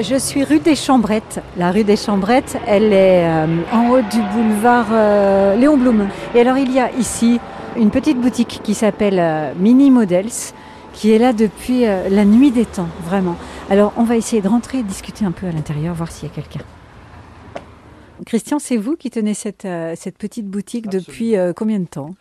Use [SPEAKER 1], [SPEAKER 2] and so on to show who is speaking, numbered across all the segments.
[SPEAKER 1] Je suis rue des Chambrettes. La rue des Chambrettes, elle est euh, en haut du boulevard euh, Léon Blum. Et alors il y a ici une petite boutique qui s'appelle euh, Mini Models, qui est là depuis euh, la nuit des temps, vraiment. Alors on va essayer de rentrer et discuter un peu à l'intérieur, voir s'il y a quelqu'un. Christian, c'est vous qui tenez cette, euh, cette petite boutique depuis euh, combien de temps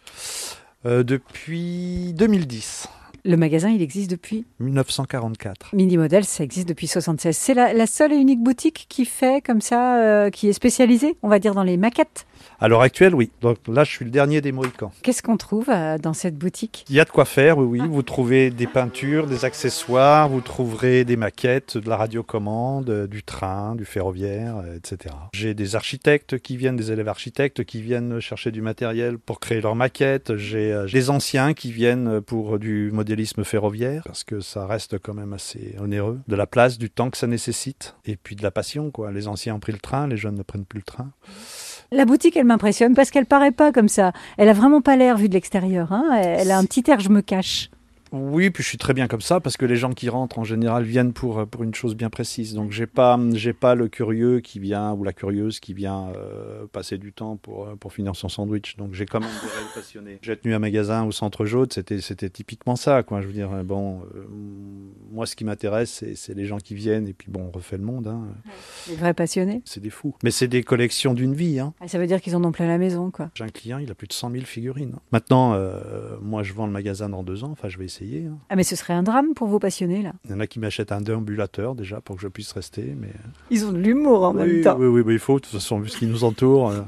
[SPEAKER 2] Euh, depuis 2010,
[SPEAKER 1] Le magasin, il existe depuis
[SPEAKER 2] 1944.
[SPEAKER 1] Mini Models, ça existe depuis 76. C'est la, la seule et unique boutique qui fait comme ça, euh, qui est spécialisée, on va dire, dans les maquettes.
[SPEAKER 2] À l'heure actuelle, oui. Donc là, je suis le dernier des Mohicans.
[SPEAKER 1] Qu'est-ce qu'on trouve euh, dans cette boutique
[SPEAKER 2] Il y a de quoi faire, oui, oui. Vous trouvez des peintures, des accessoires, vous trouverez des maquettes, de la radiocommande, euh, du train, du ferroviaire, euh, etc. J'ai des architectes qui viennent, des élèves architectes qui viennent chercher du matériel pour créer leurs maquettes. J'ai euh, des anciens qui viennent pour du modélisme ferroviaire, parce que ça reste quand même assez onéreux. De la place, du temps que ça nécessite, et puis de la passion, quoi. Les anciens ont pris le train, les jeunes ne prennent plus le train.
[SPEAKER 1] La boutique, elle m'impressionne parce qu'elle paraît pas comme ça. Elle a vraiment pas l'air vue de l'extérieur. hein. Elle elle a un petit air, je me cache.
[SPEAKER 2] Oui, puis je suis très bien comme ça parce que les gens qui rentrent en général viennent pour euh, pour une chose bien précise. Donc j'ai pas hum, j'ai pas le curieux qui vient ou la curieuse qui vient euh, passer du temps pour euh, pour finir son sandwich. Donc j'ai quand même des rêves passionnés. J'ai tenu un magasin au centre jaune, c'était c'était typiquement ça quoi. Je veux dire euh, bon euh, moi ce qui m'intéresse c'est c'est les gens qui viennent et puis bon on refait le monde hein.
[SPEAKER 1] Les vrais passionnés.
[SPEAKER 2] C'est des fous. Mais c'est des collections d'une vie hein.
[SPEAKER 1] Ah, Ça veut dire qu'ils en ont plein la maison, quoi.
[SPEAKER 2] J'ai un client, il a plus de 100 000 figurines. hein. Maintenant, euh, moi, je vends le magasin dans deux ans. Enfin, je vais essayer. hein.
[SPEAKER 1] Ah, mais ce serait un drame pour vos passionnés, là.
[SPEAKER 2] Il y en a qui m'achètent un déambulateur déjà pour que je puisse rester. Mais... euh,
[SPEAKER 1] Ils ont de l'humour en
[SPEAKER 2] oui, oui, oui, mais il faut, de toute façon, vu ce qui nous entoure. euh,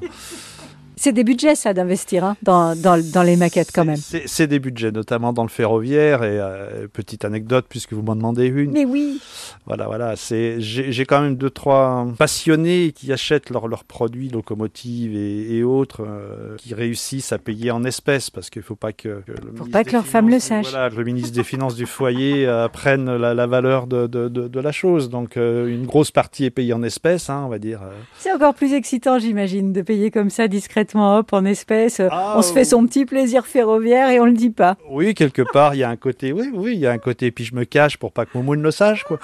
[SPEAKER 1] C'est des budgets, ça, d'investir hein, dans, dans, dans les maquettes, quand
[SPEAKER 2] c'est-
[SPEAKER 1] même.
[SPEAKER 2] C'est c'est des budgets, notamment dans le ferroviaire. Et euh, petite anecdote, puisque vous m'en demandez une.
[SPEAKER 1] Mais oui,
[SPEAKER 2] Voilà, voilà. c'est- J'ai j'ai quand même deux, trois passionnés qui achètent leurs leurs produits, locomotives et, et autres, euh, qui réussissent à payer en espèces, parce qu'il ne faut pas que, que le ministre
[SPEAKER 1] pas
[SPEAKER 2] des
[SPEAKER 1] que leur
[SPEAKER 2] Finances-
[SPEAKER 1] femme le sache.
[SPEAKER 2] Voilà, que le ministre des Finances du foyer euh, prenne la, la valeur de, de- de- de la chose. Donc, euh, une grosse partie est payée en espèces, hein, on va dire. euh,
[SPEAKER 1] c'est encore plus excitant, j'imagine, de payer comme ça, discrètement, hop, en espèces. Euh,
[SPEAKER 2] Ah,
[SPEAKER 1] on se fait son petit plaisir ferroviaire et on le dit pas.
[SPEAKER 2] Oui, quelque part, il y a un côté, oui, oui, il y a un côté, puis je me cache pour pas que Moumoune le sache, quoi.